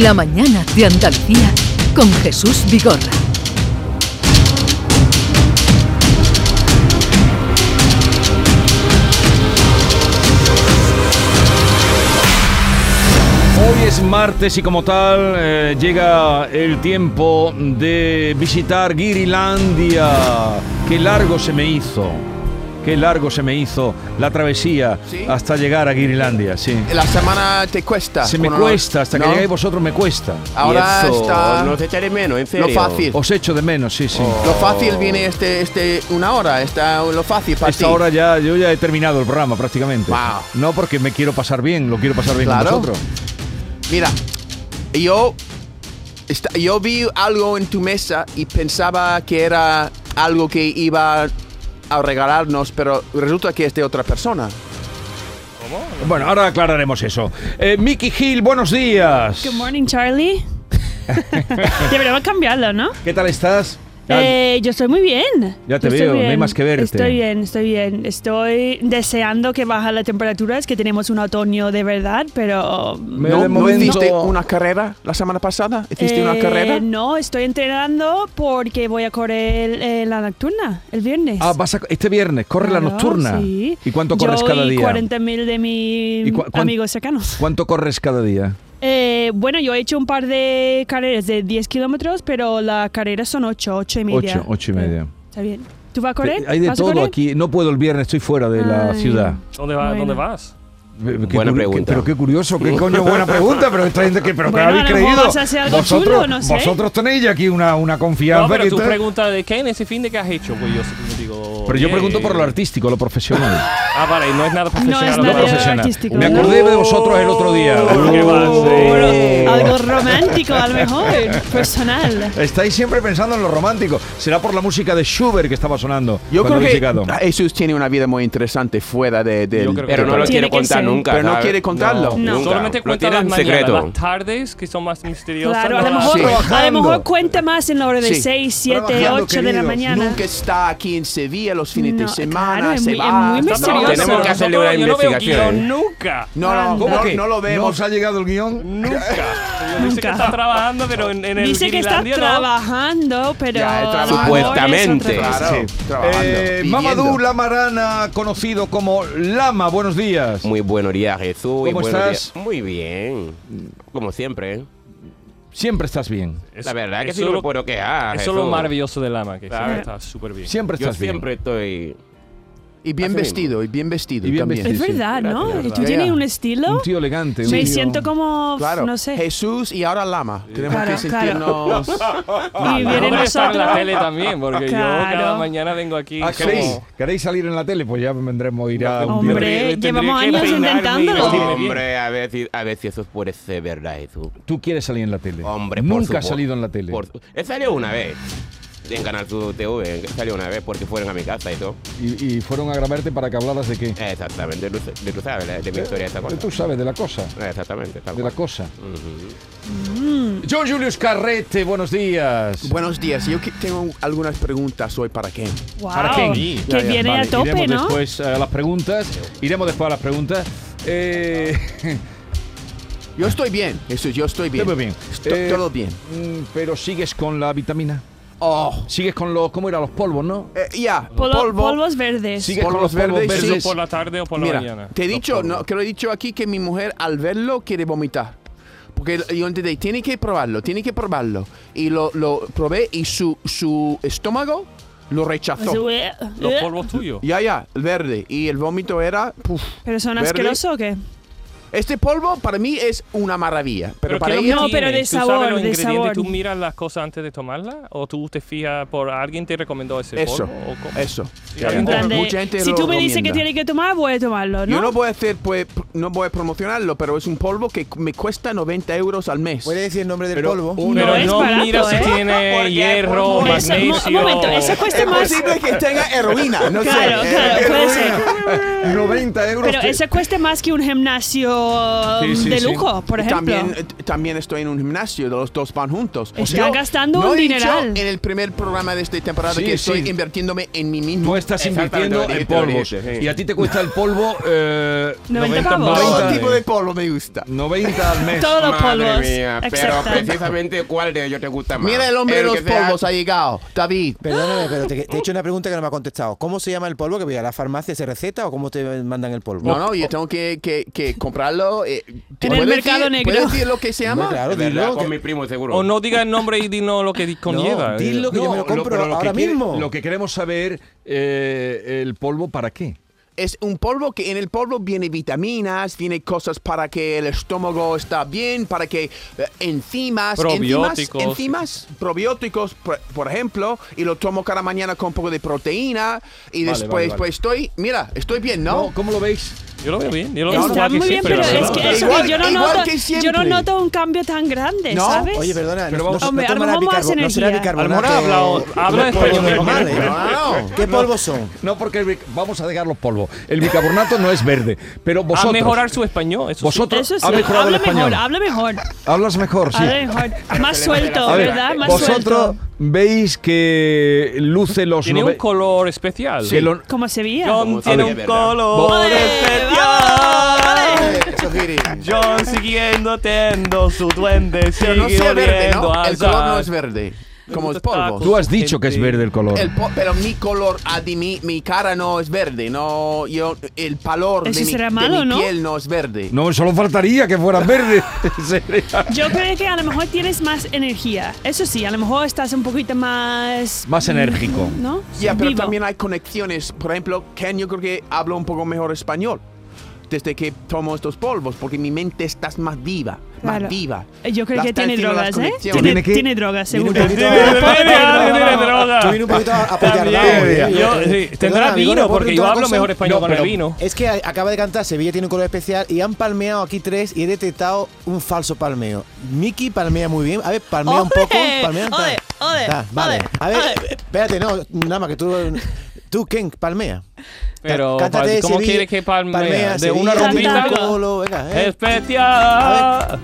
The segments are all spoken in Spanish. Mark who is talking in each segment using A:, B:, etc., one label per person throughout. A: La mañana de Andalucía con Jesús Vigorra.
B: Hoy es martes y como tal eh, llega el tiempo de visitar Guirilandia. Qué largo se me hizo. Qué largo se me hizo la travesía
C: ¿Sí?
B: hasta llegar a Guirilandia, sí.
C: La semana te cuesta.
B: Se me
C: Bueno, Ah, no-
B: cuesta, hasta que
C: ¿no?
B: llegáis vosotros me cuesta.
C: Ahora
D: Y eso,
C: está
D: No te echaré menos, en
C: lo
D: serio. Oh.
C: fácil.
B: Os echo de menos, sí, sí.
C: Lo fácil viene este, este una hora. Está lo fácil para ti.
B: Hasta ahora ya, yo ya he terminado el programa prácticamente.
C: Wow.
B: No porque me quiero pasar bien, lo quiero pasar bien
C: Claro.
B: con vosotros.
C: Mira, yo, esta- yo vi algo en tu mesa y pensaba que era algo que iba a regalarnos, pero resulta que es de otra persona.
B: Bueno, ahora aclararemos eso. Eh, Mickey Hill, buenos días.
E: Good morning, Charlie. Deberíamos cambiarlo, ¿no?
B: ¿Qué tal estás?
E: Eh, yo estoy muy bien.
B: Ya te
E: Yo estoy
B: veo, no hay
E: bien.
B: más que verte.
E: Estoy bien, estoy bien. Estoy deseando que baje la temperatura, es que tenemos un otoño de verdad, pero...
B: Me
C: ¿No,
B: de
C: ¿no
B: momento-
C: hiciste una carrera la semana pasada? ¿Hiciste una
E: Eh,
C: carrera?
E: No, estoy entrenando porque voy a correr eh, la nocturna el viernes.
B: Ah, vas a- este viernes, corre
E: Claro,
B: la nocturna.
E: sí.
B: ¿Y cuánto
E: Yo
B: corres cada
E: y
B: día?
E: 40.000 de mis
B: ¿Y cua- cuán-
E: amigos cercanos.
B: ¿Cuánto corres cada día?
E: Eh, bueno, yo he hecho un par de carreras de 10 kilómetros, pero las carreras son 8, 8 y media.
B: Ocho, ocho y media.
E: Eh, Está bien. ¿Tú vas a correr?
B: Te- Hay de
E: ¿Vas a
B: todo
E: correr?
B: aquí. No puedo el viernes, estoy fuera de la
E: Ay.
B: ciudad.
F: ¿Dónde, va-
E: Bueno.
F: ¿Dónde vas?
B: Eh, qué
D: Buena
B: curi-
D: pregunta.
B: qué- Pero qué curioso, qué coño buena pregunta, pero esta gente que pero qué
E: Bueno,
B: habéis
E: a lo mejor
B: creído.
E: vas a hacer algo
B: vosotros,
E: chulo, no sé.
B: vosotros tenéis aquí una, una confianza.
F: No,
D: pues,
F: pero
B: que
F: tú
B: tal-
F: preguntas de qué en ese fin de qué has hecho. Pues yo siempre digo.
B: Pero yo
C: Eh,
F: oye.
B: pregunto por lo artístico, lo profesional.
F: Ah, vale, y no es nada profesional.
E: es
F: lo
B: lo
E: nada
F: profesional.
B: profesional.
E: artístico,
B: Me
E: ¿no?
B: acordé de vosotros el otro día.
F: Oh, qué va, sí.
D: Eh,
E: Bueno, algo romántico, a lo mejor, personal.
B: Estáis siempre pensando en lo romántico. Será por la música de Schubert que estaba sonando. cuando
C: Yo creo
B: habéis
C: que Ah,
B: llegado.
C: Jesús tiene una vida muy interesante fuera de, del-
F: Yo creo que
D: Pero no lo
E: Tiene
D: quiero
E: que
D: contar
E: ser.
D: nunca.
C: Pero no
D: ¿sabes?
C: quiere contarlo.
E: No.
D: nunca.
F: Solamente
D: Lo
F: cuenta
D: tiene
F: las
D: en
F: mañanas,
D: secreto.
F: las tardes, que son más misteriosas.
E: Claro, a
F: no
E: lo,
F: las-
E: mejor, a lo
B: Trabajando.
E: mejor cuenta más en la hora de
C: Sí.
E: 6, 7,
B: Trabajando,
E: 8 de la
B: queridos.
E: mañana.
C: Nunca está aquí en Sevilla los fines de
E: No,
C: semana,
E: claro, es
C: se
E: muy- es
C: va.
E: muy
C: está-
E: misterioso.
F: Nosotros-
D: Tenemos que hacerle una
F: nosotros- yo no veo
D: investigación,
F: guión
D: ¿eh?
F: nunca.
C: No, no,
E: ¿Cómo
C: no,
B: que?
C: no lo
B: ¿No
C: vemos.
B: os ha llegado el guión?
F: Nunca. Dice que
E: Nunca.
F: está trabajando, pero en, en el.
E: Dice que está
F: Guirilandia no.
E: trabajando, pero.
C: Ya,
E: a lo
C: trabajando.
E: mejor es otra
D: Supuestamente.
E: cosa.
C: Claro,
B: Sí.
C: trabajando,
B: Eh,
C: viviendo.
B: Mamadou Lamarana, conocido como Lama, buenos días.
D: Muy buenos días, Jesús. y
B: ¿Cómo
D: buenos días.
B: estás?
D: Muy bien. Como siempre. ¿eh?
B: Siempre estás bien.
F: Es-
D: La verdad que
F: eso
D: sí no
F: lo-
D: me puedo quejar.
F: Eso es lo
D: Jesús.
F: maravilloso del ama, que
D: Claro.
F: está súper bien.
B: Siempre
D: Yo
B: estás
D: siempre estoy.
C: Y bien
D: Así
C: vestido, y bien vestido
B: Y bien
C: también.
B: Sí,
E: Es
B: sí.
E: verdad, ¿no?
D: Gracias,
E: Tú
B: ya,
E: tienes
B: ya.
E: un
B: bien.
E: estilo.
B: Un tío elegante. un
E: Me
B: tío-
E: siento como.
C: Claro,
E: No sé.
C: Jesús y ahora Lama. Tenemos
E: Claro,
C: que sentirnos.
E: Y
F: Yo
E: vienen
F: debería estar en la
E: nosotros.
F: tele también, porque yo
E: Claro.
F: cada mañana vengo aquí.
B: Ah, ¿queréis,
F: como-
B: ¿Queréis salir en la tele? Pues ya vendremos, irá un día.
E: Hombre,
F: Tendría- tendría
E: llevamos
F: que
E: años
F: peinarme y
E: intentándolo.
F: vestirme bien.
D: Hombre, a ver, si, a ver si eso puede ser verdad, Jesús.
B: Tú quieres salir en la tele.
D: Hombre, por
B: Nunca has
D: supuesto.
B: salido en la tele.
D: Por- He salido una vez. En Canal Sur TV. He salido una vez porque fueron a mi casa y todo.
B: Y, y fueron a grabarte para que hablaras de qué.
D: Exactamente. Eh, De, tu- de, tu sabes, de, de mi historia de esta cosa.
B: Tú sabes, de la cosa.
D: Exactamente. tal
B: De la
D: cual.
B: cosa. John Julius Carrete, buenos días.
C: Buenos días. Yo que- tengo algunas preguntas hoy para Ken.
E: Wow.
B: ¿Para quién?
E: Que
B: Ya, ya,
E: viene
B: vale,
E: a tope,
B: iremos
E: ¿no?
B: después eh, a las preguntas. Iremos después a las preguntas. Eh,
C: Yo estoy bien, Jesús, yo estoy bien.
B: todo bien.
C: Esto-
B: Eh,
C: todo bien.
B: mm, Pero sigues con la vitamina.
C: Oh,
B: Sigues con los, ¿cómo era? Los polvos, ¿no?
C: eh, ya,
E: Polo-
C: polvo.
E: Polvos verdes.
B: Sigues con los
C: polvos
B: polvos
C: verdes,
B: verdes.
C: sí.
F: Eso por la tarde o por la
C: Mira,
F: mañana.
C: te he
F: Los
C: dicho,
F: polvos.
C: no, que lo he dicho aquí que mi mujer al verlo quiere vomitar. Porque yo entendí, tiene que probarlo, tiene que probarlo. Y lo, lo probé y su, su estómago lo rechazó.
E: e- eh,
F: Los polvos tuyos.
C: Ya, ya, el verde. Y el vómito era... puf.
E: ¿Pero son
C: Verde.
E: asquerosos o qué?
C: Este polvo para mí es una maravilla. Pero, para
F: ¿qué
E: ella...
F: lo
E: No, pero
F: tienes?
E: de
F: ¿Tú
E: sabor,
F: sabes los
E: de
F: ingredientes?
E: sabor.
F: ¿Tú miras las cosas antes de tomarlas? ¿O tú te fijas por alguien te recomendó ese
C: Eso,
F: este polvo? ¿O cómo?
C: eso.
F: Sí, alguien te-
E: En plan de,
C: Mucha gente
E: si
C: lo
E: tú me dices que
C: recomienda.
E: tienes que tomar, voy a tomarlo, ¿no?
C: Yo no voy a hacer, pues, pr- no voy a promocionarlo, pero es un polvo que cu- me cuesta 90 euros al mes.
G: ¿Puede decir el nombre del polvo?
F: Pero
E: No es
F: no
E: barato,
F: mira si
E: ¿eh?
F: tiene hierro,
E: Eso- mo-
F: magnesio.
E: momento, eso cuesta más.
G: que tenga heroína, no
C: Eh,
E: Claro, claro, puede ser.
B: 90 euros.
E: Pero
B: que-
E: eso cuesta más que un gimnasio carro
B: Sí, sí,
E: de
B: sí.
E: lujo, por
C: Y
E: ejemplo.
C: También, eh, también estoy en un gimnasio, los dos van juntos.
E: Está
C: Yo
E: gastando
C: no
E: un
C: he dicho
E: dineral.
C: en el primer programa de esta temporada
B: Sí,
C: que estoy
B: sí.
C: invirtiéndome en mí mismo.
B: Tú estás
D: Exactamente,
B: invirtiendo en
D: ahorita,
B: polvos.
D: ahorita, sí.
B: Y a ti te cuesta el polvo eh,
E: 90
B: 90
E: pavos.
C: Todo
E: Vale.
C: tipo de polvo me gusta.
B: 90 al mes.
E: Todos los
D: Madre
E: polvos.
D: mía, pero
E: excepto-
D: precisamente cuál de ellos te gusta más.
C: Mira el hombre de los
D: que sea-
C: polvos ha llegado, David.
G: Perdóname, pero te, te he hecho una pregunta que no me ha contestado. ¿Cómo se llama el polvo que voy a la farmacia? ¿Se receta o cómo te mandan el polvo?
C: No, no, yo tengo que, que, que comprarlo. eh, ¿te
E: En el
C: puedo
E: mercado
C: decir-
E: negro.
C: ¿Puedo decir lo que se
G: Hombre,
C: llama?
G: claro,
D: De verdad,
G: dilo.
D: con
G: que-
D: mi primo seguro.
F: O Oh, no diga el nombre y dinos lo que di-
G: No,
F: conlleva.
G: dilo que yo me lo
B: No,
G: compro
B: pero
G: ahora
B: que quiere-
G: mismo.
B: lo que queremos saber, eh, el polvo, ¿para qué?
C: Es un polvo que en el polvo viene vitaminas, viene cosas para que el estómago está bien, para que eh, enzimas, enzimas,
F: Probióticos.
C: enzimas, probióticos, por, por ejemplo, y lo tomo cada mañana con un poco de proteína y
B: Vale,
C: después
B: vale, vale.
C: pues estoy, mira, estoy bien,
B: No,
C: ¿no?
B: ¿Cómo lo veis?
F: Yo lo veo bien. Yo lo veo
E: Está
F: igual que
E: muy bien,
F: siempre,
E: pero
F: la
E: es
F: verdad.
E: que eso
C: Igual-
E: que yo no
C: igual
E: noto,
C: que
E: yo no
C: siempre.
E: noto un cambio tan grande,
C: No,
E: ¿sabes?
G: Oye, perdona,
B: Pero
G: no,
B: vamos-
G: no- no
E: Hombre, a lo
G: tomará
E: mejor más
G: bicarbo- no
E: en
G: será
E: el día.
G: bicarbonato.
F: A lo mejor habla o-
G: de
F: habla
G: polvos
F: español.
G: normales.
C: No, no.
G: ¿eh? ¿Qué polvos son?
B: No, porque el bic- vamos a dejar los polvos. El bicarbonato no es verde, pero
F: A
B: vosotros.
F: mejorar su español. Eso sí.
B: Vosotros
E: Eso sí,
B: ha mejorado
E: habla
B: el español.
E: mejor, habla mejor,
B: Hablas mejor, sí.
E: habla mejor. Más suelto,
B: A ver,
E: ¿verdad? Más
B: vosotros
E: suelto.
B: veis que luce los
F: Tiene un
B: nove-
F: color especial.
B: que lo-
E: Como Sevilla.
F: John tiene
D: sabe.
F: un color
E: ¡Ole!
F: especial.
E: ¡Ole!
C: Eso sí.
F: John siguiendo tendo su duende
C: Pero
F: sigue
C: no sea verde,
F: oliendo
C: ¿no?
F: allá.
C: El color no es verde, como el
F: gusta tacos.
C: polvo.
B: Tú has dicho que es verde el color.
C: El po- pero mi color, a di- mi, mi cara no es verde, no, yo, el palor de
E: Eso
C: mi,
E: será
C: de
E: malo,
C: mi
E: ¿no?
C: piel no es verde.
B: No, solo faltaría que fuera verde. Sería-
E: Yo creo que a lo mejor tienes más energía. Eso sí, a lo mejor estás un poquito más.
B: Más enérgico.
E: ¿No?
C: Ya, pero
E: Vivo.
C: también hay conexiones. Por ejemplo, Ken, yo creo que hablo un poco mejor español desde que tomo estos polvos, porque mi mente está más viva,
E: Claro. Eh,
C: más viva.
E: Yo creo
C: Las
E: que
C: están
E: tiene
C: haciendo las
E: drogas, ¿eh?
C: conexiones.
E: Tiene,
B: ¿Tiene qué?
E: tiene drogas,
G: Tiene un
E: seguro.
G: poquito-
F: Tiene algo, tiene droga.
G: Tú vienes un poquito a- apoyardado,
F: También.
G: ¿eh?
F: Yo-
G: Eh,
F: sí,
G: perdona,
F: Tendrá
G: amigo,
F: vino
G: ¿no puedo
F: porque yo
G: preguntar una
F: hablo
G: cosa?
F: mejor español
B: No,
F: con el
B: pero-
F: vino.
G: Es que a- acaba de cantar Sevilla tiene un color especial y han palmeado aquí tres y he detectado un falso palmeo. Miki palmea muy bien. A ver, palmea un
E: Ole,
G: poco. Palmea, ta.
E: ole, ole,
G: Ta, vale.
E: ole,
G: A ver,
E: ole.
G: espérate, no, nada más que tú. Tú, Ken, palmea. Ta-
F: Pero,
G: cántate
F: ¿cómo
G: Sevilla,
F: quieres que palmea? ¿De
G: Sevilla,
F: una
G: tiene un
E: rumbita?
G: colo, venga, eh.
F: Especial.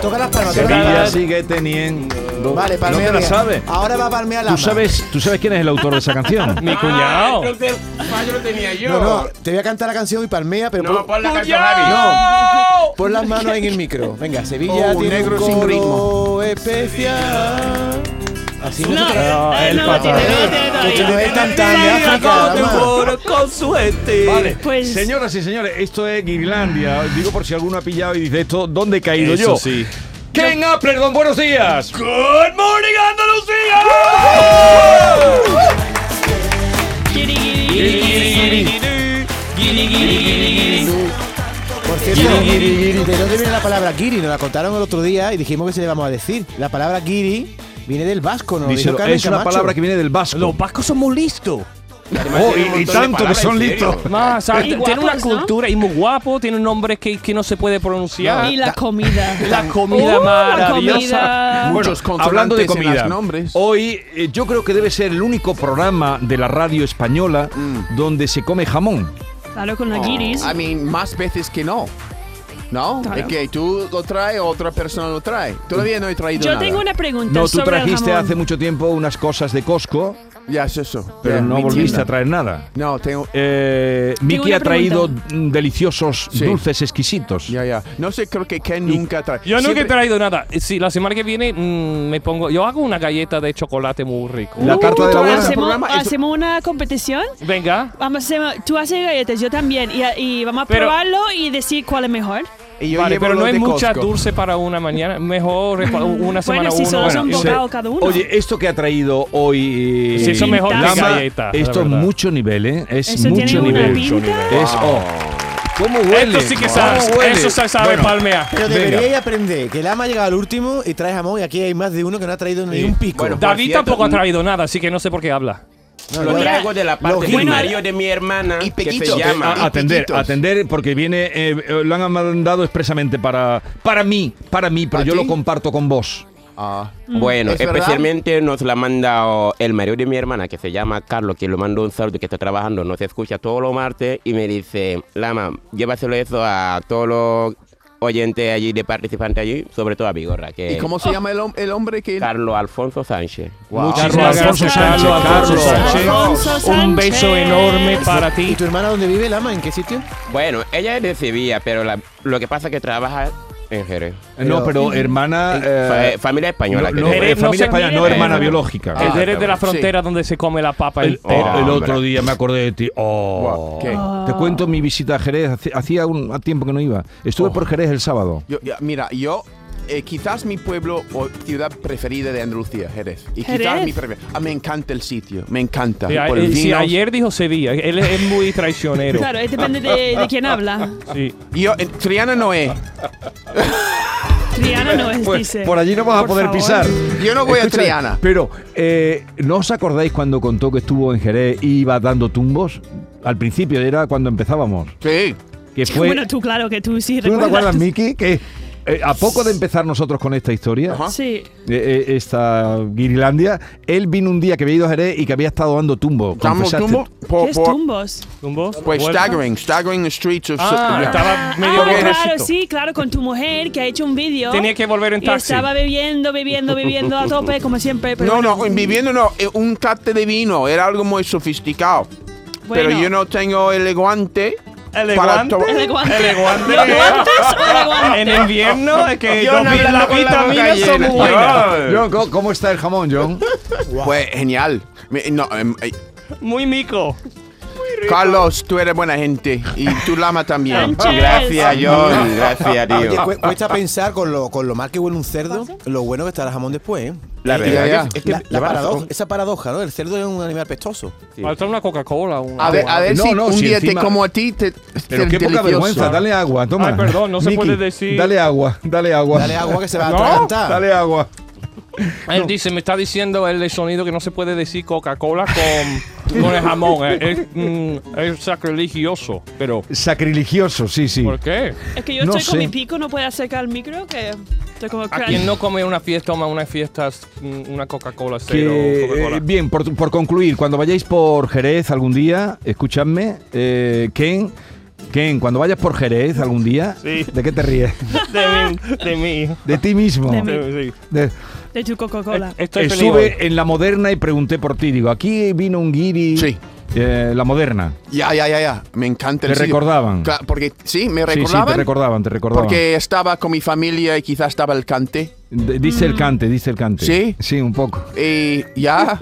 G: Toca las palmas, toca las
B: Sevilla
G: palmas.
B: sigue teniendo.
G: Vale,
B: no
G: palmea.
B: te la
G: bien.
B: sabes.
G: Ahora va a palmear la
B: ¿Tú sabes, ¿Tú sabes quién es el autor de esa canción?
F: Mi
D: Ah,
F: cuñado.
D: Entonces, fallo lo tenía yo.
G: No, no, te voy a cantar la canción y palmea, pero
D: No,
G: pon-
D: pon la canción,
F: ¡Cuñado!
D: Javi.
G: Pon las manos en el micro. Venga, Sevilla
C: Oh,
G: tiene
C: negro
G: un
C: sin
G: coro
C: ritmo.
G: especial. Así no, se tra-
E: No, eh,
F: el
E: no, tiene- no tiene
G: Que tú no
E: todavía.
G: eres cantante,
F: Mira
G: África,
F: con tu
G: mamá.
F: coro, con suerte.
B: Vale,
E: Pues-
B: señoras y señores, esto es Guirlandia. Digo por si alguno ha pillado y dice esto, ¿dónde he caído
F: Eso
B: yo?
F: sí.
B: Ken Appler, don buenos días.
F: Good morning, Andalucía.
E: Guiri, guiri, guiri.
F: Giri, giri, giri, giri. Giri, giri, giri, giri.
G: Por cierto, ¿de dónde viene la palabra giri? Nos la contaron el otro día y dijimos que se le íbamos a decir. La palabra giri viene del vasco, ¿no?
B: Díselo, es una palabra que viene del vasco.
G: Los vascos son muy listos.
D: Además,
B: Oh,
D: tiene un
B: y- y
D: montón de
B: tanto que
D: palabras,
B: son
D: en serio.
B: listos.
F: Más, o sea,
E: Y
F: tiene
E: guapos,
F: una
E: ¿no?
F: cultura y muy guapo, tiene nombres que, que no se puede pronunciar.
E: Y la comida.
F: La Oh, comida
E: Uh, la
F: maravillosa.
E: comida.
B: Bueno,
C: Muchos consonantes
B: hablando de
C: en
B: comida,
C: los nombres.
B: hoy eh, yo creo que debe ser el único programa de la radio española donde se come jamón.
E: Claro, con la
C: Ah,
E: guiris.
C: I mean, más veces que no. ¿No?
E: Claro.
C: Es que tú lo traes o otra persona lo trae. Todavía no he traído
E: Yo
C: nada.
E: tengo una pregunta
B: No, tú
E: sobre el
B: trajiste
E: jamón.
B: hace mucho tiempo unas cosas de Costco,
C: Ya es eso.
B: pero
C: Ya,
B: no
C: mi
B: volviste
C: tienda.
B: a traer nada.
C: No, tengo...
B: Eh, Miki
E: una
B: ha traído
E: pregunta.
B: mm, deliciosos
C: Sí.
B: dulces exquisitos.
C: Ya, ya. No sé, creo que Ken nunca trae.
F: Yo nunca he
C: Siempre-
F: traído nada. Eh, Sí, la semana que viene mm, me pongo. Yo hago una galleta de chocolate muy rico.
B: La carta de la
E: Uh, Tú,
B: abuela.
E: hacemos-
C: Este Programa, eso-
E: ¿Hacemos una competición?
F: Venga.
E: Vamos a hacer, tú haces galletas, yo también. Y, y vamos a
F: Pero-
E: probarlo y decir cuál es mejor.
C: y yo
F: vale,
C: llevo
F: pero
C: los
F: no es
C: de
F: mucha
C: Costco.
F: dulce para una mañana. Mejor es para una semana
E: si
F: uno.
E: solo son
F: Bueno,
E: un
B: se-
E: bocado cada uno.
B: Oye, esto que ha traído hoy.
F: Sí, eso mejor
E: que
B: Lama,
F: galleta, la
B: Esto es
F: verdad.
B: mucho nivel, ¿eh? Es
E: Eso
B: mucho
E: tiene una
B: nivel.
E: pinta.
B: Es. oh, ¿Cómo huele?
F: Esto sí que
B: ¿Cómo
F: sabes.
B: huele?
F: Eso se sabe
B: Bueno,
F: palmea.
G: Pero
B: Venga.
G: deberíais aprender que Lama ha llegado al último y trae jamón y aquí hay más de uno que no ha traído ni un pico.
D: Bueno,
F: David
D: cierto,
F: tampoco ha
D: mm.
F: traído nada, así que no sé por qué habla.
G: No,
D: Lo
G: no,
D: traigo de la parte del
G: Bueno,
D: marido de mi hermana
C: y Ah,
D: que se
C: Pequito.
D: llama.
B: A-
C: Y
B: atender,
C: piquitos.
B: atender, porque viene, eh, eh, lo han mandado expresamente para, para mí, para mí, pero
C: ¿A
B: yo
C: ti?
B: lo comparto con vos.
C: Ah.
D: Bueno,
C: ¿Es verdad?
D: especialmente nos la ha mandado el marido de mi hermana, que se llama Carlos, que lo mandó un saludo, que está trabajando, nos escucha todos los martes y me dice, Lama, llévaselo eso a todos los oyente allí, de participante allí, sobre todo a Bigorra, que
C: ¿Y
E: Oh.
C: cómo se llama el, hom- el hombre que.?
D: Carlos Alfonso Sánchez.
C: Ah,
B: Muchísimas
F: Alfonso
B: gracias,
F: Sánchez,
B: Carlos
F: Carlos
B: Alfonso
F: Sánchez.
E: Alfonso
F: Un beso
E: Sánchez.
F: enorme para
G: ¿Y
F: ti.
G: tu hermana dónde vive, Lama? ¿En qué sitio?
D: Bueno, ella es de Sevilla, pero la- lo que pasa es que trabaja en Jerez.
B: Eh, No, pero hermana.
D: Fa-
B: eh,
D: eh, familia española.
B: no,
D: que
B: no,
D: tengo.
F: Jerez
B: eh,
F: no
B: familia
F: se
B: española, no
F: mide.
B: hermana biológica.
F: El
C: Ah,
F: Jerez de la
C: sí.
F: frontera donde se come la papa
B: El, oh,
F: entera.
B: el
D: hombre.
B: otro día me acordé de ti. Oh.
C: Guau, ¿qué?
B: Te cuento mi visita a Jerez. Hace- Hacía un tiempo que no iba. Estuve
C: Oh.
B: por Jerez el sábado.
C: Yo- ya, mira, yo. eh, quizás mi pueblo o ciudad preferida de Andalucía, Jerez. Y quizás
E: Jerez.
C: mi preferida. Ah, me encanta el sitio, me encanta.
F: Sí, a-
C: Por
F: eh, sí,
C: vinos.
F: ayer dijo Sevilla, él es es muy traicionero.
E: Claro, eh, depende de, de quién habla.
F: Sí.
C: Yo, eh, Triana no es.
E: Triana no es,
B: Pues,
E: dice.
B: por allí no vas a
E: Por
B: poder
E: favor.
B: pisar.
C: Yo no voy
B: Escucha,
C: a Triana.
B: Pero, eh, ¿no os acordáis cuando contó que estuvo en Jerez y iba dando tumbos? Al principio era cuando empezábamos.
C: Sí.
B: Que fue,
E: bueno, tú claro que tú sí
B: ¿Tú no te acuerdas,
E: recuerdas.
B: Miki? Que eh, a poco de empezar nosotros con esta historia,
C: Ajá.
E: Sí.
B: eh, eh, esta Guirilandia, él vino un día que había ido a Jerez y que había estado dando tumbos.
C: Damos
B: Confesaste-
C: tumbo por,
E: ¿Qué es
C: Oh, por-
E: tumbos?
F: ¿Tumbó?
C: Pues
F: ¿Vuelta?
C: staggering, staggering the streets of.
F: Ah,
C: Yeah.
F: estaba medio
E: Ah, claro,
F: borrachito.
E: sí, claro, con tu mujer que ha hecho un vídeo.
F: Tenía que volver en
E: y
F: taxi.
E: estaba bebiendo, bebiendo, bebiendo a tope, como siempre. Pero
C: No,
E: bueno,
C: no, en viviendo no, eh, un cate de vino, era algo muy sofisticado.
E: bueno.
C: Pero yo no tengo el guante.
F: ¿El
C: para
F: guante?
C: to-
E: ¿El guante?
F: ¿El guante?
E: ¿Los guantes o el guante?
F: En invierno es que
C: Yo
F: los
C: no
F: vi-
C: hablando
F: las
C: con la boca
F: vitaminas son
C: llena.
F: muy buenas.
B: John, ¿cómo- ¿cómo está el jamón, John?
C: Pues genial. Me- no, em, eh,
F: Muy mico.
C: Carlos, tú eres buena gente y tú Lama también.
E: Sánchez.
D: Gracias, John. Gracias, tío.
G: Oye, cu- cuesta pensar con lo, con lo mal que huele un cerdo, lo bueno que está el jamón después, ¿eh?
D: La
C: Ya, ya.
D: verdad que- es que
G: La, la
D: llevaba-
G: paradoja, esa paradoja, ¿no? El cerdo es un animal pestoso.
D: Sí.
F: Falta una Coca-Cola. una-
C: A ver, a ver
B: No,
C: si
B: no,
C: un
B: si
C: día
B: encima-
C: te como a ti te.
B: Pero
C: ser
B: qué poca
C: delicioso.
B: vergüenza, dale agua, toma.
F: Ay, perdón, no se puede decir-
B: Dale agua, dale agua.
G: Dale agua que se va a
F: No,
G: atragantar.
B: Dale agua.
F: Él dice, me está diciendo el sonido que no se puede decir Coca-Cola con, con el jamón. eh. Es, mm, es sacrilegioso. Pero,
B: Sacrilegioso, sí, sí.
F: ¿por qué?
E: Es que yo
B: No
E: estoy
B: sé.
E: con mi pico, no puedo acercar el micro, que estoy como
F: ¿A
E: crack.
F: quien no come una fiesta, toma una fiesta, mm, una Coca-Cola cero?
B: Que, eh,
F: Coca-Cola?
B: bien, por, por concluir, cuando vayáis por Jerez algún día, escuchadme, eh, Ken, Ken, cuando vayas por Jerez algún día,
F: Sí.
B: ¿de qué te ríes?
F: de mí. De mí.
B: De ti mismo.
E: De mí.
F: Sí, sí.
B: De-
E: De tu Coca-Cola.
F: Eh, Estoy feliz. hoy.
B: Estuve en la moderna y pregunté por ti. Digo, aquí vino un guiri.
C: Sí.
B: eh, la moderna.
C: Ya, ya, ya, ya. Me encanta el
B: Te
C: sitio.
B: recordaban.
C: Cla- Porque sí, me
B: Sí, sí,
C: recordaban.
B: te recordaban, te recordaban.
C: Porque estaba con mi familia y quizás estaba el cante.
B: D- dice
E: Mm.
B: el cante, dice el cante.
C: ¿Sí?
B: Sí, un poco.
C: Y ya.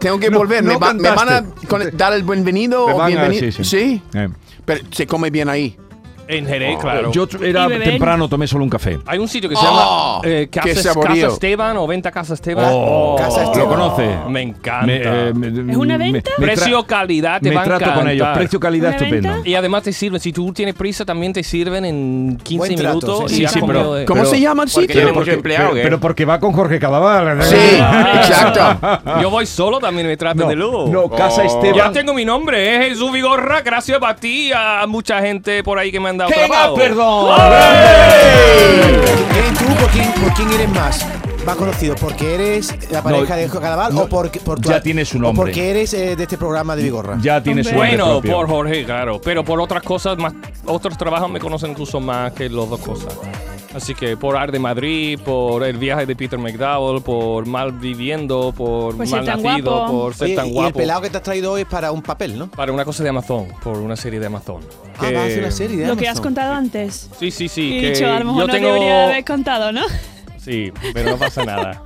C: Tengo que
B: No,
C: volver.
B: no
C: ¿Me, va- me van
B: cantaste.
C: a con- dar el
E: Oh,
C: bienvenido
B: Te
C: o
B: van a-
C: bienvenido?
B: sí, sí. Eh,
C: Pero se come bien ahí.
F: En
C: Oh,
F: Jerez, claro.
B: Yo t- era
E: ¿Y beber?
B: temprano, tomé solo un café.
F: Hay un sitio que se
C: Oh,
F: llama eh,
C: qué
F: Casas-
C: saborío.
F: Casa Esteban o Venta Casa Esteban.
B: Oh,
G: Casa
B: ¿Lo
G: Esteban.
B: conoce?
F: Me encanta.
B: Me, eh, me-
E: ¿Es una
B: me-
E: venta?
B: me tra-
F: Ah, precio, calidad, te
B: me
F: va a
B: trato con
F: encantar.
B: ellos. Precio, calidad,
E: ¿Una
B: estupendo.
E: venta?
F: Y además te sirven, si tú tienes prisa, también te sirven en 15
G: Buen trato,
F: minutos.
G: sí,
F: y
G: sí,
F: has
B: sí, pero-
F: comido de-
C: ¿Cómo
B: Pero-
C: se llama el
D: porque
C: sitio?
D: tiene mucho empleado, ¿eh?
B: Pero porque va con Jorge Cadaval.
C: Sí,
F: Ah.
C: exacto.
F: Yo voy solo, también me tratan
B: No,
F: de luz.
B: no, Casa
F: Oh. Ya
B: Esteban.
F: tengo mi nombre, es Jesús Vigorra. Gracias a ti, a mucha gente por ahí que me han dado
B: ¡Venga,
F: trabajo.
B: perdón!
G: ¿Eres tú por quién, por quién eres más? Más conocido, porque eres la pareja de Jorge Cadaval
B: no,
G: o porque, por tu-
B: ya tiene su
G: o
B: nombre.
G: porque eres eh, de este programa de Vigorra.
B: Ya tiene su nombre
F: Bueno,
B: propio.
F: por Jorge, claro. Pero por otras cosas, más, otros trabajos me conocen incluso más que los dos cosas. Así que por Ar de Madrid, por el viaje de Peter McDowell, por Mal Viviendo, por,
E: Por ser
F: Mal
E: tan
F: Nacido,
E: guapo.
F: por ser
G: Oye,
F: tan
G: y el
F: guapo.
G: pelado que te has traído hoy es para un papel, ¿no?
F: Para una cosa de Amazon, por una serie de Amazon.
G: Ah,
F: Que-
G: va a hacer una serie de
E: Lo que has
G: Amazon.
E: contado antes.
F: Sí, sí, sí.
E: Y
F: que
E: dicho, a lo mejor
F: yo
E: no
F: tengo...
E: debería haber contado, ¿no?
F: Sí, pero no pasa nada.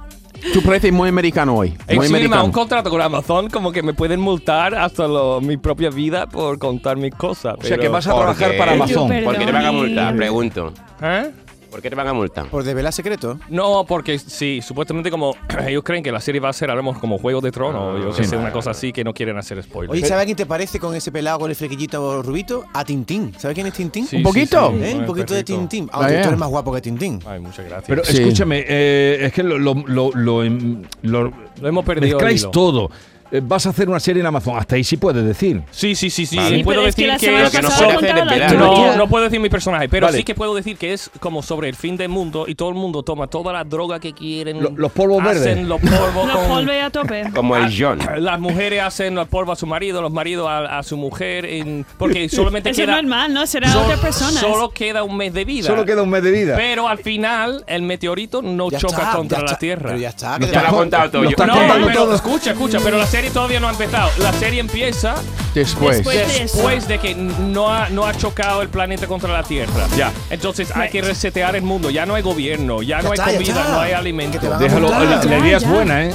C: Tú pareces muy americano hoy. Muy
F: Encima, un
C: americano.
F: contrato con Amazon, como que me pueden multar hasta lo- mi propia vida por contar mis cosas.
B: O sea que
F: pero-
B: vas a
D: porque-
B: trabajar para Amazon.
E: Yo,
D: ¿Por qué te van a multar?
E: Perdón.
D: Pregunto.
F: ¿Eh?
D: ¿Por qué te van a multar?
G: Por desvelar secreto.
F: No, porque sí, supuestamente como ellos creen que la serie va a ser, hablamos como Juego de Tronos,
E: Ah,
F: o yo que
B: sí.
F: sé, una cosa así que no quieren hacer spoilers.
G: Oye, ¿sabes a quién te parece con ese pelado con el flequillito rubito? A Tintín. ¿Sabes quién es Tintín?
F: Sí,
C: ¿Un poquito?
F: sí, sí,
G: ¿Eh?
F: con
G: Un
F: el
G: poquito de
F: perrito.
G: Tintín.
C: Ah,
G: Aunque
C: ya.
G: tú eres más guapo que Tintín.
F: Ay, muchas gracias.
B: Pero
C: Sí.
B: escúchame, eh, es que lo, lo, lo, lo- em, lo-
F: Lo hemos perdido,
B: Mezcláis
F: Lilo.
B: todo. eh, vas a hacer una serie en Amazon. Hasta ahí sí puedes decir.
F: Sí, sí, sí, sí.
E: Sí,
F: puedo
E: pero es que
F: decir
E: la
F: que,
E: semana
F: es-
D: que no
E: pasada
D: puede
E: contaba
D: hacer
E: la
D: esperar.
E: tuya.
F: No, no puedo decir mi personaje, pero
B: Vale.
F: sí que puedo decir que es como sobre el fin del mundo y todo el mundo toma toda la droga que quieren.
B: Lo- los polvos
F: hacen
B: verdes.
F: los polvos
E: Lo
F: con-
E: volvé a tope.
D: Como el John.
F: Las mujeres hacen los polvos a su marido, los maridos a, a su mujer, en- porque solamente
E: Eso es
F: queda.
E: normal, ¿no? Será
F: sol-
E: otra persona.
F: Solo queda un mes de vida.
B: Solo queda un mes de vida.
F: Pero al final, el meteorito no
G: Ya
F: choca
G: está,
F: contra
G: ya
F: la
G: está.
F: Tierra.
G: Pero ya está.
D: Ya lo ha contado todo.
B: lo
D: yo-
B: está
F: No,
B: contando
F: pero
B: todo.
F: escucha, escucha, pero la serie todavía no ha empezado. La serie empieza
C: Después.
E: Después. Pues
F: después de que no ha, no ha chocado el planeta contra la Tierra.
B: Ya.
F: Entonces hay que resetear el mundo. Ya no hay gobierno, ya, no hay
G: está, ya
F: comida,
G: está.
F: no hay
G: Que te
F: alimento.
G: van a
B: Déjalo.
G: multar.
B: La, la
E: ya,
B: idea es
E: ya.
B: buena, ¿eh?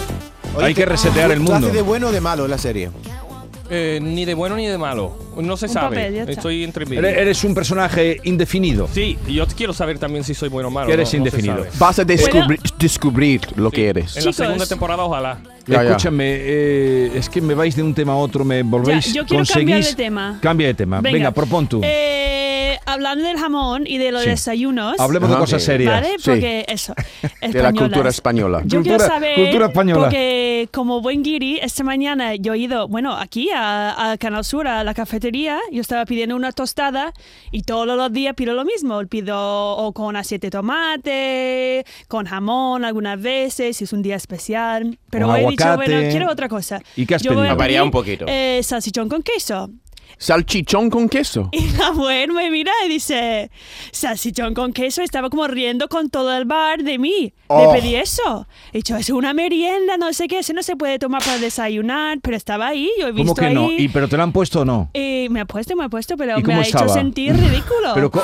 G: Oye,
B: Hay
G: ¿qué-
B: que resetear el
G: ¿tú
B: mundo.
G: haces de bueno o de malo en la serie?
F: Eh, ni de bueno ni de malo. No se
E: Un
F: sabe.
E: papel, ya está.
F: Estoy entre medio.
B: Eres, eres un personaje indefinido.
F: Sí, yo quiero saber también si soy bueno o malo.
B: Que eres
F: no- no se
B: indefinido.
F: sabe.
C: Vas a descubri- descubrir lo que eres.
F: En la
E: Chicos.
F: segunda temporada, ojalá.
C: Ya, ya.
B: Escúchame, eh, es que me vais de un tema a otro, me volvéis.
E: Ya, yo quiero
B: conseguís-
E: cambiar de tema.
B: Cambia de tema. Ah, Venga, propón tú.
E: Eh, hablando del jamón y de los
B: Sí.
E: desayunos.
B: Hablemos de
C: Ajá.
B: cosas
C: Sí.
B: serias.
E: ¿Vale?
C: Sí.
E: Porque eso.
C: De la cultura
E: españolas.
C: española.
E: Yo
B: Cultura-
E: quiero saber,
B: cultura española.
E: porque como buen guiri, esta mañana yo he ido, bueno, aquí a, a Canal Sur, a la cafetería, yo estaba pidiendo una tostada y todos los días pido lo mismo, pido o con aceite de tomate, con jamón algunas veces, si es un día especial, pero
B: Con
E: hoy he dicho,
B: aguacate.
E: bueno, quiero otra cosa.
B: ¿Y qué has
E: Yo voy
B: pedido?
E: a
B: Ha
D: variado
E: pedir,
D: un poquito.
E: eh, salchichón con queso.
C: Salchichón con queso.
E: Y la mujer me mira y dice, salchichón con queso, estaba como riendo con todo el bar de mí.
C: Oh.
E: Le pedí eso. He dicho, es una merienda, no sé qué, eso no se puede tomar para desayunar, pero estaba ahí, yo he
B: ¿Cómo
E: visto
B: que
E: ahí.
B: no? ¿Y pero te la han puesto o no?
E: Y me ha puesto, me ha puesto, pero
B: ¿Y
E: me
B: cómo
E: ha
B: estaba?
E: hecho sentir ridículo.
B: Pero co-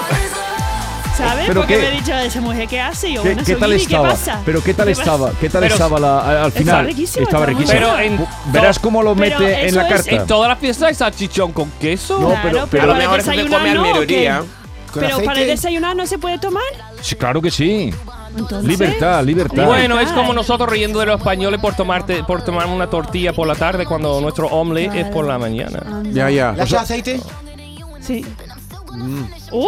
E: ¿Sabes?
B: ¿pero
E: Porque
B: qué?
E: me ha dicho, esa mujer, ¿qué hace? Y Yo,
B: ¿qué,
E: bueno,
B: qué
E: soy
B: tal
E: Vivi,
B: estaba?
E: ¿Qué pasa?
B: Pero qué tal
E: ¿Qué pasa?
B: estaba? ¿Qué tal
F: Pero-
B: estaba la- al final?
E: riquísimo,
B: Estaba
E: estaba
B: riquísimo.
F: Pero en-
B: Verás cómo lo
E: Pero
B: mete en
E: eso
B: la
E: es-
B: carta.
F: ¿En todas las fiestas hay salchichón con queso?
E: Claro, pero,
D: A lo
E: para
D: mejor eso se
E: desayunar
D: come al
E: no, ¿o qué?
D: mediodía.
G: ¿Con
E: Pero para
G: aceite?
E: desayunar no se puede tomar.
B: Sí, claro que sí.
E: Entonces,
B: Libertad, libertad.
F: Bueno, es como nosotros riendo de los españoles por tomarte, por tomar una tortilla por la tarde cuando nuestro omelette es por la mañana.
C: Ya, ya.
G: ¿Le echas aceite?
E: Sí. ¡Uh!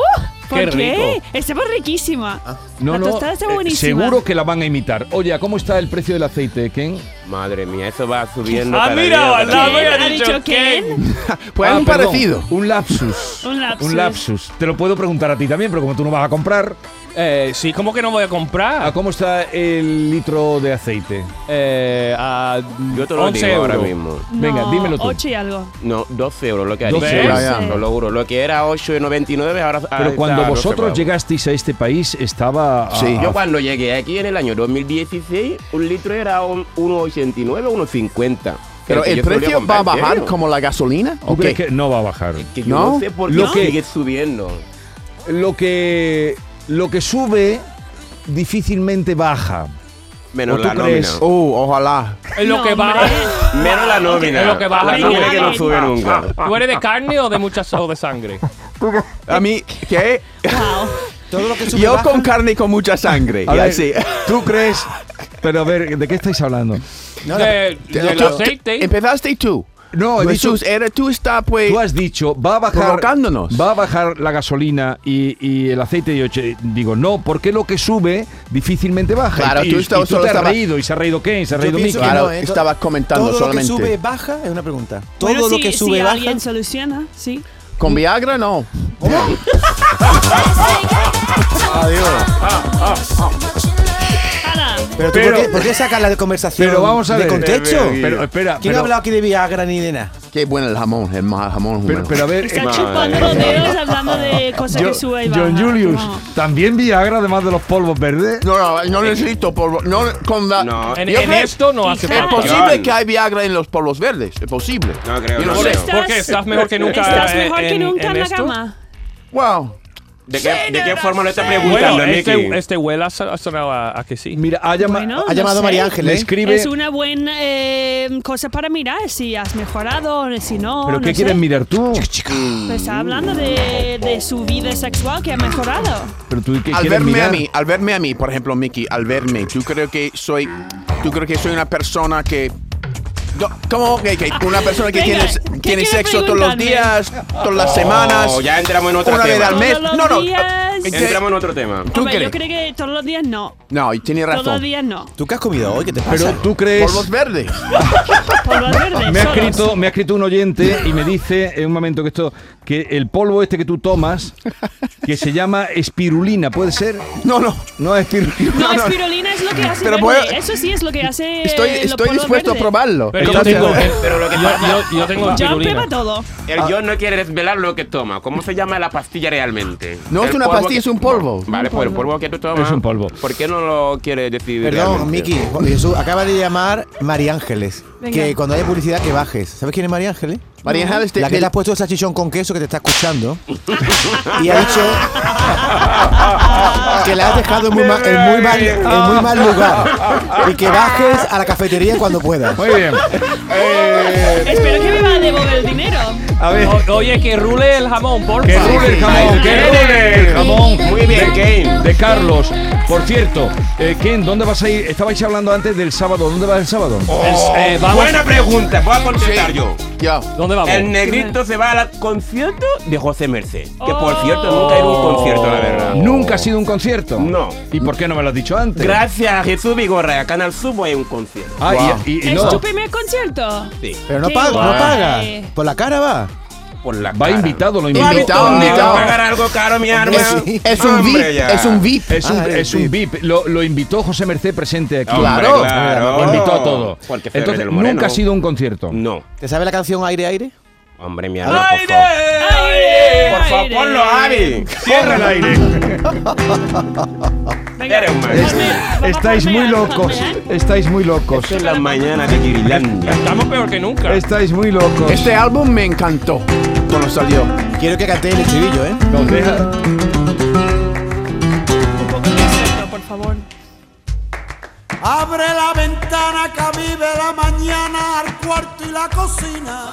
E: ¿Por
F: Qué
E: qué?
F: rico.
E: Estaba riquísima.
B: No,
E: la
B: no,
E: tostada está
B: eh,
E: buenísima.
B: seguro que la van a imitar. Oye, ¿cómo está el precio del aceite, Ken?
D: Madre mía, eso va subiendo.
F: Ah,
D: cada
F: mira,
D: día, cada
F: al lado.
D: día.
E: ¿Quién?
F: había
E: ¿Ha
F: dicho
E: dicho
F: quién?
E: quién?
C: Pues
B: Ah,
C: un
B: perdón,
C: parecido.
B: Un lapsus.
E: Un lapsus.
B: Un lapsus. Te lo puedo preguntar a ti también, pero como tú no vas a comprar,
F: Eh, sí, ¿cómo que no voy a
B: ¿a
F: comprar?
B: cómo está el litro de aceite?
F: Eh, a
D: Yo te lo
F: 11
D: digo ahora
F: euros.
D: mismo.
B: Venga,
E: No,
B: dímelo tú.
E: Ocho y algo.
D: No, 12 euros lo que ha
B: 12
D: dicho.
F: euros.
D: Ya, ya.
E: Sí.
D: Lo logro. Lo que era 8,99 ahora.
B: Pero cuando vosotros Ah.
D: llegáis
B: llegasteis a este país estaba a-
C: Sí.
D: Yo cuando llegué aquí en el año 2016, un litro era un- 1,89, 1,50.
C: Pero
D: que
C: el
D: yo solía
C: precio va
D: comprar
C: a bajar
D: diario.
C: como la gasolina.
B: ¿Tú
C: Ok.
B: crees que no va a bajar?
D: Que yo no,
C: ¿No?
D: sé por qué
B: Lo que-
D: sigue subiendo.
B: Lo que lo que sube difícilmente baja.
D: Menos
B: ¿O tú
D: la
B: crees?
D: nómina.
C: Oh, ojalá.
F: Es lo
E: No,
F: que
E: hombre.
F: va.
D: Menos la nómina.
F: Es lo que baja.
D: La
E: Venga,
D: nómina que no
E: venga.
D: sube nunca.
F: ¿Tú eres de carne o de muchas o de sangre?
C: A mí, ¿qué?
E: Wow.
G: Todo lo que sube
C: Yo
G: baja.
C: con carne y con mucha sangre.
B: A
C: y
B: ver,
C: así.
B: ¿Tú crees? Pero a ver, ¿de qué estáis hablando?
G: No, la-
F: De- del
C: Tú-
F: aceite.
C: Empezaste tú.
B: No, he dicho-
C: Jesús, era tú está pues.
B: Tú has dicho, va a bajar.
C: Provocándonos.
B: Va a bajar la gasolina y, y el aceite de ocho. Digo, no, porque lo que sube difícilmente baja.
C: Claro,
B: y,
C: tú
B: y
C: estabas-
B: te
C: solo
B: has
C: estaba-
B: reído, y se ha reído Ken, se ha
G: Yo
B: reído Miki.
G: pienso que
C: Claro,
G: eh, to-
C: estaba comentando
G: todo
C: solamente.
G: lo que sube baja es una pregunta. Todo
E: Bueno,
G: lo
E: si-
G: que sube
E: si
G: baja.
E: alguien soluciona, sí.
C: Con Viagra no.
E: Ana,
G: Pero, tú,
B: Pero-
G: ¿por, qué, por qué sacas la conversación
B: Pero vamos a
G: de
B: ver.
G: contexto?
B: Pero espera,
G: ¿Quién
B: pero-
G: ha hablado aquí de Viagra ni de nada?
C: Qué bueno el jamón, el ma- jamón.
B: Pero,
C: bueno.
B: pero a ver, eh,
E: está chupando los dedos hablando de cosas
B: yo-
E: que sube y baja.
B: John Julius,
E: No.
B: ¿también Viagra además de los polvos verdes?
C: no, no, no necesito polvo. No, con la-
D: No.
F: En,
C: Yo
F: en
C: creo-
F: esto no hace
E: Hija.
C: Es
E: Ah.
F: falta.
C: posible que hay Viagra en los polvos verdes. Es posible.
D: No creo,
C: Yo
D: no
C: lo sé.
D: creo.
F: ¿Por qué? ¿Estás mejor que nunca
E: Estás
B: eh,
F: en-
E: mejor que
F: en-
E: nunca en,
F: en
E: la
F: esto?
E: cama.
C: Wow.
D: ¿De qué, ¿De qué forma lo está preguntando,
F: Bueno,
D: Miki?
F: este, este huele ha so- ha sonado a, a que sí.
B: Mira, ha, llama-
E: Bueno, no
G: Ha llamado
E: sé.
G: María Ángel,
B: le
G: ¿eh?
B: escribe.
E: Es una buena eh, cosa para mirar si has mejorado, si no.
B: ¿Pero
E: no
B: qué
E: sé.
B: quieres mirar tú?
E: Pues está hablando de, de su vida sexual que ha mejorado.
B: Pero tú qué
C: Al
B: quieres
C: verme a
B: mirar.
C: mí, al verme a mí, por ejemplo, Mickey, al verme, tú creo que soy, tú creo que soy una persona que, no, ¿cómo? Que, que una persona que
E: Venga,
C: tiene,
E: ¿qué
C: tiene
E: quieres
C: sexo todos los
E: preguntarme?
C: días, todas las semanas,
D: Oh, ya entramos en otro
C: una vez
D: tema.
C: al mes.
E: Todos los
C: No, no.
E: días, días.
C: Ent-
D: Entramos en otro tema.
C: ¿Tú
E: Hombre,
C: crees?
E: yo creo que todos los días no.
C: No, y tiene
E: Todos los
C: razón.
E: días no.
G: ¿Tú qué has comido hoy? ¿Qué te pasa?
B: Pero tú crees.
C: Polvos verdes.
E: Polvos verdes.
B: Me ha,
E: solos.
B: escrito, me ha escrito un oyente y me dice en un momento que esto que el polvo este que tú tomas que se llama espirulina, ¿puede ser?
C: No, no.
E: Eh,
B: No es espirulina.
E: No, espirulina es lo que hace.
C: Pero
E: verde.
C: voy a-
E: Eso sí es lo que hace.
C: Estoy,
E: los
C: estoy
E: polvos
C: dispuesto
E: verdes.
C: a probarlo.
F: Pero yo
C: Entonces-
F: tengo.
D: Pero lo que
F: Yo,
D: pasa-
F: yo- yo tengo
E: Ya
F: espirulina.
E: prueba todo.
C: Eh,
D: El John no quiere desvelar lo que toma. ¿Cómo se llama la pastilla realmente?
C: No es
D: El
C: una
D: polvo
C: pastilla,
D: que-
C: es un polvo.
D: Vale, pues el polvo que tú tomas.
B: Es un polvo.
D: ¿Por qué no lo quiere decir?
G: Perdón,
D: realmente?
G: Miki, Juan Jesús, acaba de llamar María Ángeles.
E: Venga.
G: Que cuando haya publicidad que bajes. ¿Sabes quién es María Ángeles?
C: María este, Ángeles, te-
G: La que
C: te-
G: te has puesto el salchichón con queso que te está escuchando. y ha dicho que la has dejado en muy, ma- en
D: eh,
G: muy mal, en muy mal lugar. Y que bajes a la cafetería cuando puedas.
B: Muy bien.
C: eh.
E: Espero que me va a devolver el dinero.
B: A ver,
F: O- oye, que rule el jamón, por
B: que rule el jamón, que rule el jamón.
D: Muy bien, Kane.
B: De Carlos. Por cierto, eh, Ken, ¿dónde vas a ir? Estabais hablando antes del sábado. ¿Dónde vas el sábado?
D: Oh. Buena pregunta, voy a contestar yo.
C: Ya.
F: ¿Dónde vamos?
D: El negrito se va al concierto de José Merced. Que por
E: Oh.
D: cierto, nunca he ido a un concierto, la verdad.
B: ¿Nunca ha sido un concierto?
D: No.
B: ¿Y por qué no me lo has dicho antes?
D: Gracias a Jesús Vigorra y a Canal Sub voy a un concierto.
B: Ah, y, y- y
E: ¿Es
B: no.
E: tu primer concierto?
D: Sí,
G: Pero no
E: Qué
G: paga, no
E: guay.
G: paga. Por la cara va.
D: por la
B: Va
D: cara.
B: invitado, lo
C: Invitado,
B: invito.
D: ¿Dónde te va
C: invitado.
D: a pagar algo caro, mi arma?
G: sí.
C: Es un
D: Hombre,
C: VIP.
D: ya.
C: Es un VIP.
B: Es un,
G: Ah,
B: es
G: el
B: un VIP. Lo, lo invitó José Merced presente aquí.
D: Hombre,
C: Claro.
D: claro.
B: Lo invitó a todo.
D: Porque Febres
B: Entonces,
D: del Moreno-
B: nunca ha sido un concierto.
D: No.
G: ¿Te sabe la canción Aire Aire?
D: Hombre, mi arma, por favor.
E: ¡Aire!
D: Por favor, ponlo, Ari.
B: Cierra el aire.
E: Venga,
D: Eres un
E: ponme-
D: maestro.
E: vamos a ¿eh?
B: Estáis
E: ponme
B: muy
E: algo,
B: locos.
E: ponme algo.
B: Estáis muy locos.
D: Esto es la mañana de Kirilandia.
F: Estamos peor que nunca.
B: Estáis muy locos.
C: Este álbum me encantó cuando salió.
G: Quiero que cante el estribillo, ¿eh?
B: No, deja-
E: Un poco de concierto, por favor.
H: Abre la ventana que vive la mañana al cuarto y la cocina.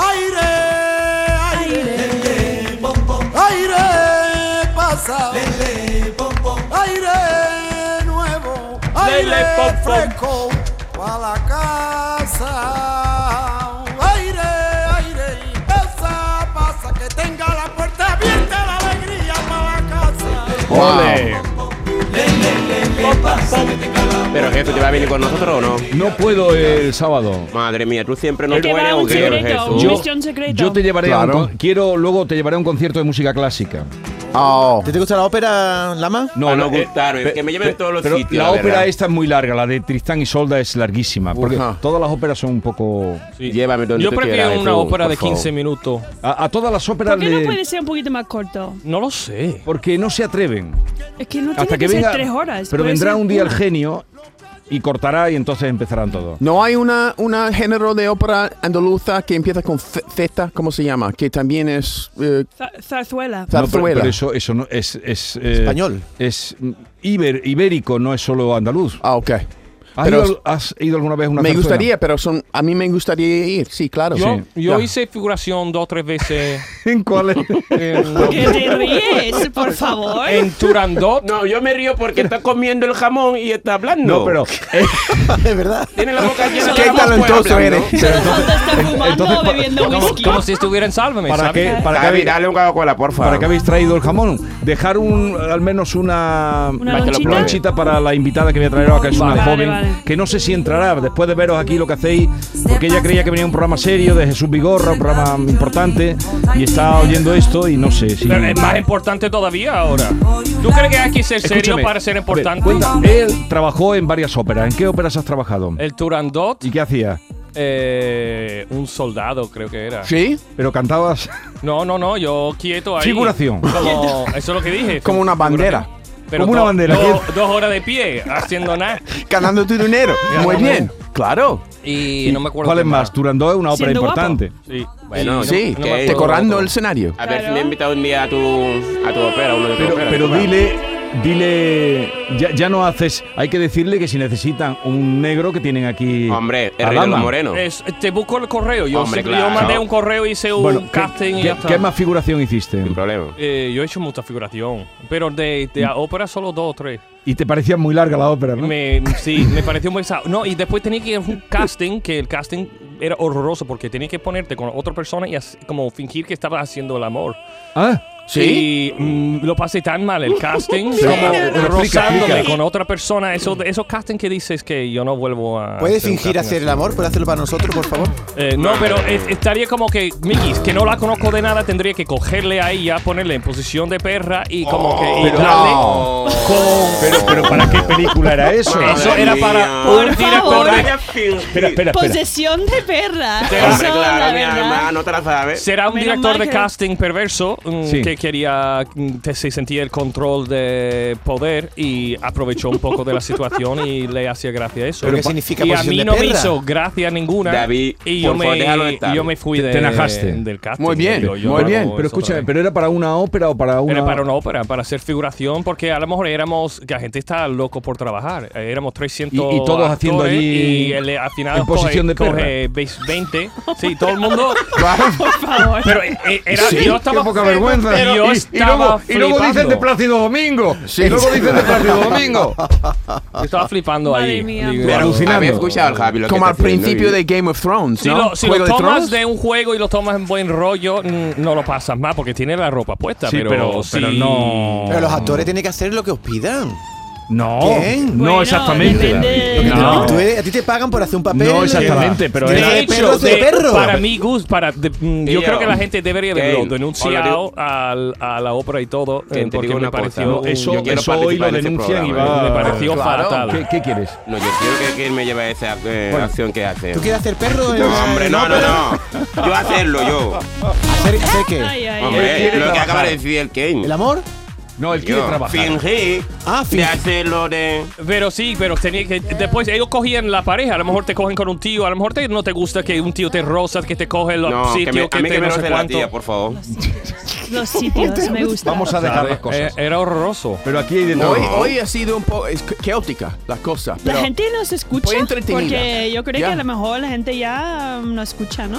H: Aire, aire, aire pasa, aire nuevo, aire fresco para la casa. Aire, aire, pasa, pasa, que tenga la puerta abierta la alegría para la casa.
B: Ole.
D: Pero Jesús, ¿te va a venir con nosotros o no?
B: No puedo el sábado.
D: Madre mía, tú siempre nos
E: Es que va
D: pones
E: un
D: agujeros,
E: secreto,
D: Jesús.
E: un Misión secreta.
B: yo te llevaré a un
C: Claro.
B: con- quiero luego te llevaré a un concierto de música clásica.
C: Oh.
G: ¿Te, te gusta la ópera,
E: Ah,
G: Lama?
D: Para no
B: eh,
D: gustarme,
B: pe-
D: que me lleven
B: pe-
D: a todos los
B: pero
D: sitios,
B: La
D: la
B: ópera
D: verdad.
B: esta es muy larga, la de Tristán y Solda es larguísima, porque
C: Ajá.
B: todas las óperas son un poco
F: Sí.
D: Llévame donde
F: Yo
D: tú
F: prefiero
D: quieras,
F: una
D: Jesús,
F: ópera
D: por
F: de 15
D: favor.
F: minutos.
B: a, a todas las óperas
E: ¿Por qué
B: le-
E: no puede ser un poquito más corto?
F: No lo sé.
B: porque no se atreven.
E: Es que no
B: Hasta
E: tiene
B: que
E: que,
B: venga
E: ser tres horas.
B: Pero
E: puede
B: vendrá
E: ser
B: un día el
E: una.
B: genio y cortará y entonces empezarán todo.
C: No hay una, una género de ópera andaluza que empieza con Z, Z, ¿cómo se llama? Que también es eh,
E: Za- Zarzuela.
B: No, pero,
C: zarzuela.
B: pero eso eso no es, es, eh,
G: Español.
B: Es mm, iber- ibérico, no es solo andaluz.
C: Ah, ok.
B: ¿Has,
C: Pero-
B: ido, has ido alguna vez a una
C: Me
B: zarzuela?
C: gustaría, pero son a mí me gustaría ir, sí, claro.
F: Yo,
B: Sí.
F: yo
B: Ya.
F: hice figuración dos o tres veces
B: ¿En cuál es?
F: en,
E: Que te ríes, por favor.
F: en Turandot.
D: No, yo me río porque está comiendo el jamón y está hablando.
B: No, pero eh,
G: Es verdad.
D: Tiene la boca llena de
C: Qué
D: jamón, pues,
C: talentoso
D: hablando.
C: eres.
E: Solo falta estar fumando
B: entonces,
E: o bebiendo
F: Como,
E: whisky.
F: como si estuviera en
C: Pues
F: Sálvame,
B: ¿para
F: ¿sabes?
B: qué, para qué
D: Gaby,
B: habéis-
D: dale un Coca-Cola, por favor.
B: ¿Para qué habéis traído el jamón? Dejar un, al menos una,
E: Una Para que lo lonchita. pruebe.
B: lonchita para la invitada que voy a traer ahora, que es una
E: Vale,
B: joven,
E: vale.
B: que no sé si entrará después de veros aquí lo que hacéis, porque ella creía que venía un programa serio de Jesús Vigorra, un programa importante, y está oyendo esto y no sé si...
F: Pero es más importante todavía ahora. ¿Tú crees que hay que ser serio
B: Escúchame,
F: para ser
B: a ver,
F: importante?
B: cuenta, eh. él trabajó en varias óperas. ¿En qué óperas has trabajado?
F: El Turandot,
B: ¿Y qué hacías?
F: eh, un soldado creo que era.
C: Sí,
B: ¿Pero cantabas
F: No, no, no, yo quieto ahí.
B: Figuración.
F: Como, eso es lo que dije.
C: como una bandera,
F: Pero
B: como una
F: do-
B: bandera.
F: do- dos horas de pie, haciendo nada.
C: ganando tu dinero.
F: Ya,
C: Muy
F: no,
C: bien, claro.
F: Y no me acuerdo.
B: cuál es
F: qué
B: más? Turandot es una ópera
E: Siendo guapo.
B: importante.
F: Sí.
D: Bueno,
F: Y no-
C: Sí,
F: no me
D: que-
F: acuerdo
C: te corrando
F: otro.
C: el escenario.
D: A ver si
E: Claro.
D: me invita un día a tu, a tu ópera, uno de tus
B: Pero,
D: óperas,
B: pero
D: por favor.
B: dile, dile, ya, ya no haces, hay que decirle que si necesitan un negro que tienen aquí.
D: Hombre,
B: a
D: el rey de los
B: Lama.
D: morenos.
F: Es- te busco el correo. Yo,
D: Hombre,
F: siempre- yo
D: claro.
F: mandé un correo, hice un
B: Bueno, ¿qué,
F: casting y
B: qué-
F: ya está.
B: qué más figuración hiciste?
D: Sin problema.
F: Eh, yo he hecho mucha figuración, pero de, de a ópera solo dos o tres.
B: Y te parecía muy larga la ópera, ¿no?
F: Me, sí, me pareció muy pesado. No, y después tenía que ir a un casting, que el casting era horroroso porque tenías que ponerte con otra persona y as- como fingir que estabas haciendo el amor.
B: Ah,
C: ¿Sí?
F: Y mm, lo pasé tan mal el casting,
C: Sí.
F: como
B: Pero explica,
F: rozándome
B: explica.
F: con otra persona. Eso, esos castings que dices que yo no vuelvo a.
G: ¿Puedes
F: hacer un
G: fingir
F: casting
G: hacer el amor? ¿Puedes hacerlo para nosotros, por favor?
F: eh, no, pero es- estaría como que, Migis, que no la conozco de nada, tendría que cogerle a ella, ponerle en posición de perra y como que y
B: pero-
F: darle con.
B: Pero, pero ¿para qué película era eso?
F: Eso era para
E: Por favor.
F: un
E: Pues, eh,
F: director de-
B: Espera, espera, espera.
E: Posesión de perra. Eso,
D: Hombre,
E: la
D: claro, mi
E: verdad.
D: alma, no te la sabes.
F: Será un
E: Menos
F: director
E: mal
F: de
E: que-
F: casting perverso mm,
B: Sí.
F: que quería mm, que se sentía el control de poder y aprovechó un poco de la situación y le hacía gracia eso.
G: ¿Pero qué significa
F: y a
G: posición
F: mí
G: de
F: no me
G: perra?
F: hizo gracia ninguna
D: David,
F: y yo
D: por favor, déjalo
F: me,
D: estar.
F: yo me fui
B: Te-
F: de,
B: te najaste.
F: del casting.
C: Muy bien,
F: Yo- yo
C: muy
F: no
C: bien.
F: hago
B: Pero
F: eso otra
B: escúchame,
F: vez.
B: ¿pero era para una ópera o para una...?
F: Era para una ópera, para hacer figuración, porque a lo mejor éramos, que la gente está loco por trabajar. Eh, Éramos 300
B: Y- y todos haciendo
F: actores
B: allí
F: y el- eh, al final
B: en posición
F: coge-
B: de perra.
F: coge 20. Sí, todo el mundo
E: Por favor.
F: pero eh, eh, era,
B: Sí,
F: yo estaba.
B: qué poca vergüenza.
F: Pero yo
B: y, y luego,
F: estaba
B: y luego
F: flipando.
B: dicen de Plácido Domingo.
C: Sí.
B: Y luego dicen de Plácido Domingo.
F: Yo estaba flipando
E: Madre
F: ahí.
E: mía.
F: Digo,
D: Pero
B: alucinando.
D: había escuchado al Javi lo que
C: Como
D: está
C: al principio
D: haciendo
C: de
D: y-
C: Game of Thrones,
F: Si,
C: ¿no?
F: lo, si lo
C: Juego de
F: tomas
C: Tronos.
F: de un juego y lo tomas en buen rollo, mm, no lo pasas más porque tiene la ropa puesta.
B: Sí,
F: pero,
B: pero-
F: sí.
B: pero no-
G: Pero los actores tienen que hacer lo que os pidan.
B: No,
G: ¿Quién?
B: no
E: Bueno,
B: exactamente.
E: depende-
B: David.
E: Lo que
B: No.
G: Tú eres- a ti te pagan por hacer un papel.
B: No, exactamente, pero
G: Tienes
B: era-
F: De
G: que hacer perros
F: hecho,
G: de,
F: de-
G: perro.
F: para mi gusto, para, de- mm, yo
D: Tío,
F: creo que la gente debería haberlo
D: Ken,
F: denunciado
D: hola,
F: al- a la ópera y todo,
D: Ken,
F: eh,
D: te
F: porque
D: digo
F: me
D: una cosa,
F: pareció,
D: ¿no?
B: Eso,
D: Yo quiero
B: eso hoy lo
D: participar en este
B: denuncian y
D: programa,
B: va.
F: me pareció
B: Claro.
F: fatal.
B: ¿Qué, qué quieres?
D: No, yo quiero que, que él me lleve a esa eh,
B: Bueno.
D: acción que hace.
G: ¿Tú quieres hacer perro? en-
D: No, hombre, no, no,
G: pero-
D: no. Yo hacerlo, yo.
G: ¿Hacer, hacer qué?
E: Ay, ay, ay.
D: Hombre,
B: quiere
D: lo que acaba
B: trabajar.
D: de decir el Kane.
G: ¿El amor?
B: No, él quiere
D: Yo
B: trabajar.
D: Fingí
G: Ah,
D: de
G: fin.
D: hacerlo de.
F: Pero sí, pero tenía que. Después ellos cogían la pareja. A lo mejor te cogen con un tío. A lo mejor te- no te gusta que un tío te rosa, que te coge los
D: No, que
F: sitios,
D: me,
F: que,
D: a mí
F: te
D: que me
F: no
D: lo
F: sé
D: de la
F: cuánto. Eh,
D: tía, por favor.
E: Los sitios me gustan.
B: Vamos a dejar las
F: Eh,
B: cosas.
F: Era horroroso.
B: Pero aquí hay de todo.
C: Hoy, hoy ha sido un poco es caótica la cosa.
E: La
C: pero-
E: gente nos escucha
C: Fue entretenida.
E: porque yo creo
C: Ya.
E: que a lo mejor la gente ya mm, no escucha, ¿no?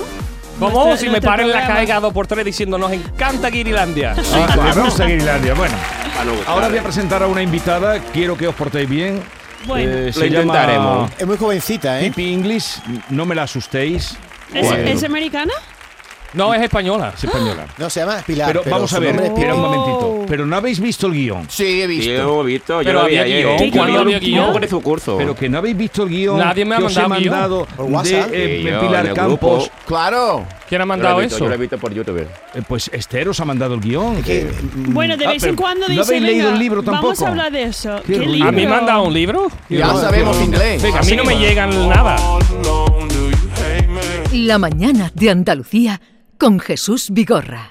F: ¿Cómo?
E: Nuestra-
F: si me
E: nuestro
F: paro en la
E: programa.
F: calle cada dos por tres diciendo nos encanta Guirilandia.
B: Ah, vamos a Guirilandia. Bueno,
D: Ah, no,
B: ahora
D: claro.
B: voy a presentar a una invitada. Quiero que os portéis bien.
E: Bueno.
B: Eh,
E: Lo
B: se
D: intentaremos.
G: Es muy jovencita, ¿eh?
B: Tipi English. No me la asustéis.
E: ¿Es,
D: Bueno.
E: ¿es americana?
F: No, es española.
B: Es española.
G: No, se llama Pilar.
B: Ah, Pero vamos
G: su
B: a ver,
G: nombre es
B: espera
G: Pilar.
B: un momentito. Pero no habéis visto el guión.
C: Sí, he
D: Sí,
C: visto.
D: Yo he visto, yo
F: Pero
D: lo vi
F: había
D: ayer.
F: guión,
D: Yo
E: ¿cuándo
D: vi
E: había
D: un
E: guión?
D: poco de su curso.
B: Pero que no habéis visto el guión
F: Nadie me ha
B: que os he
F: mandado guión.
B: mandado
G: Por WhatsApp.
B: de eh,
D: Sí, yo, en
B: Pilar
D: el
B: Campos.
D: grupo.
C: Claro.
F: ¿Quién ha
D: Yo lo
F: mandado
D: he visto,
F: eso?
D: yo lo he visto por YouTube.
B: Eh, pues Esther os ha mandado el guión.
E: Bueno, de
B: Ah,
E: vez en
B: pero
E: cuando
B: no
E: dice,
B: habéis leído
E: "Venga,
B: el libro
E: Vamos
B: tampoco".
E: a hablar de eso.
B: Qué
E: ¿Qué,
B: horrible.
E: libro?
F: ¿A mí me han dado un libro?
C: Ya sabemos inglés.
F: A mí no me llegan nada.
A: La mañana de Andalucía con Jesús Vigorra.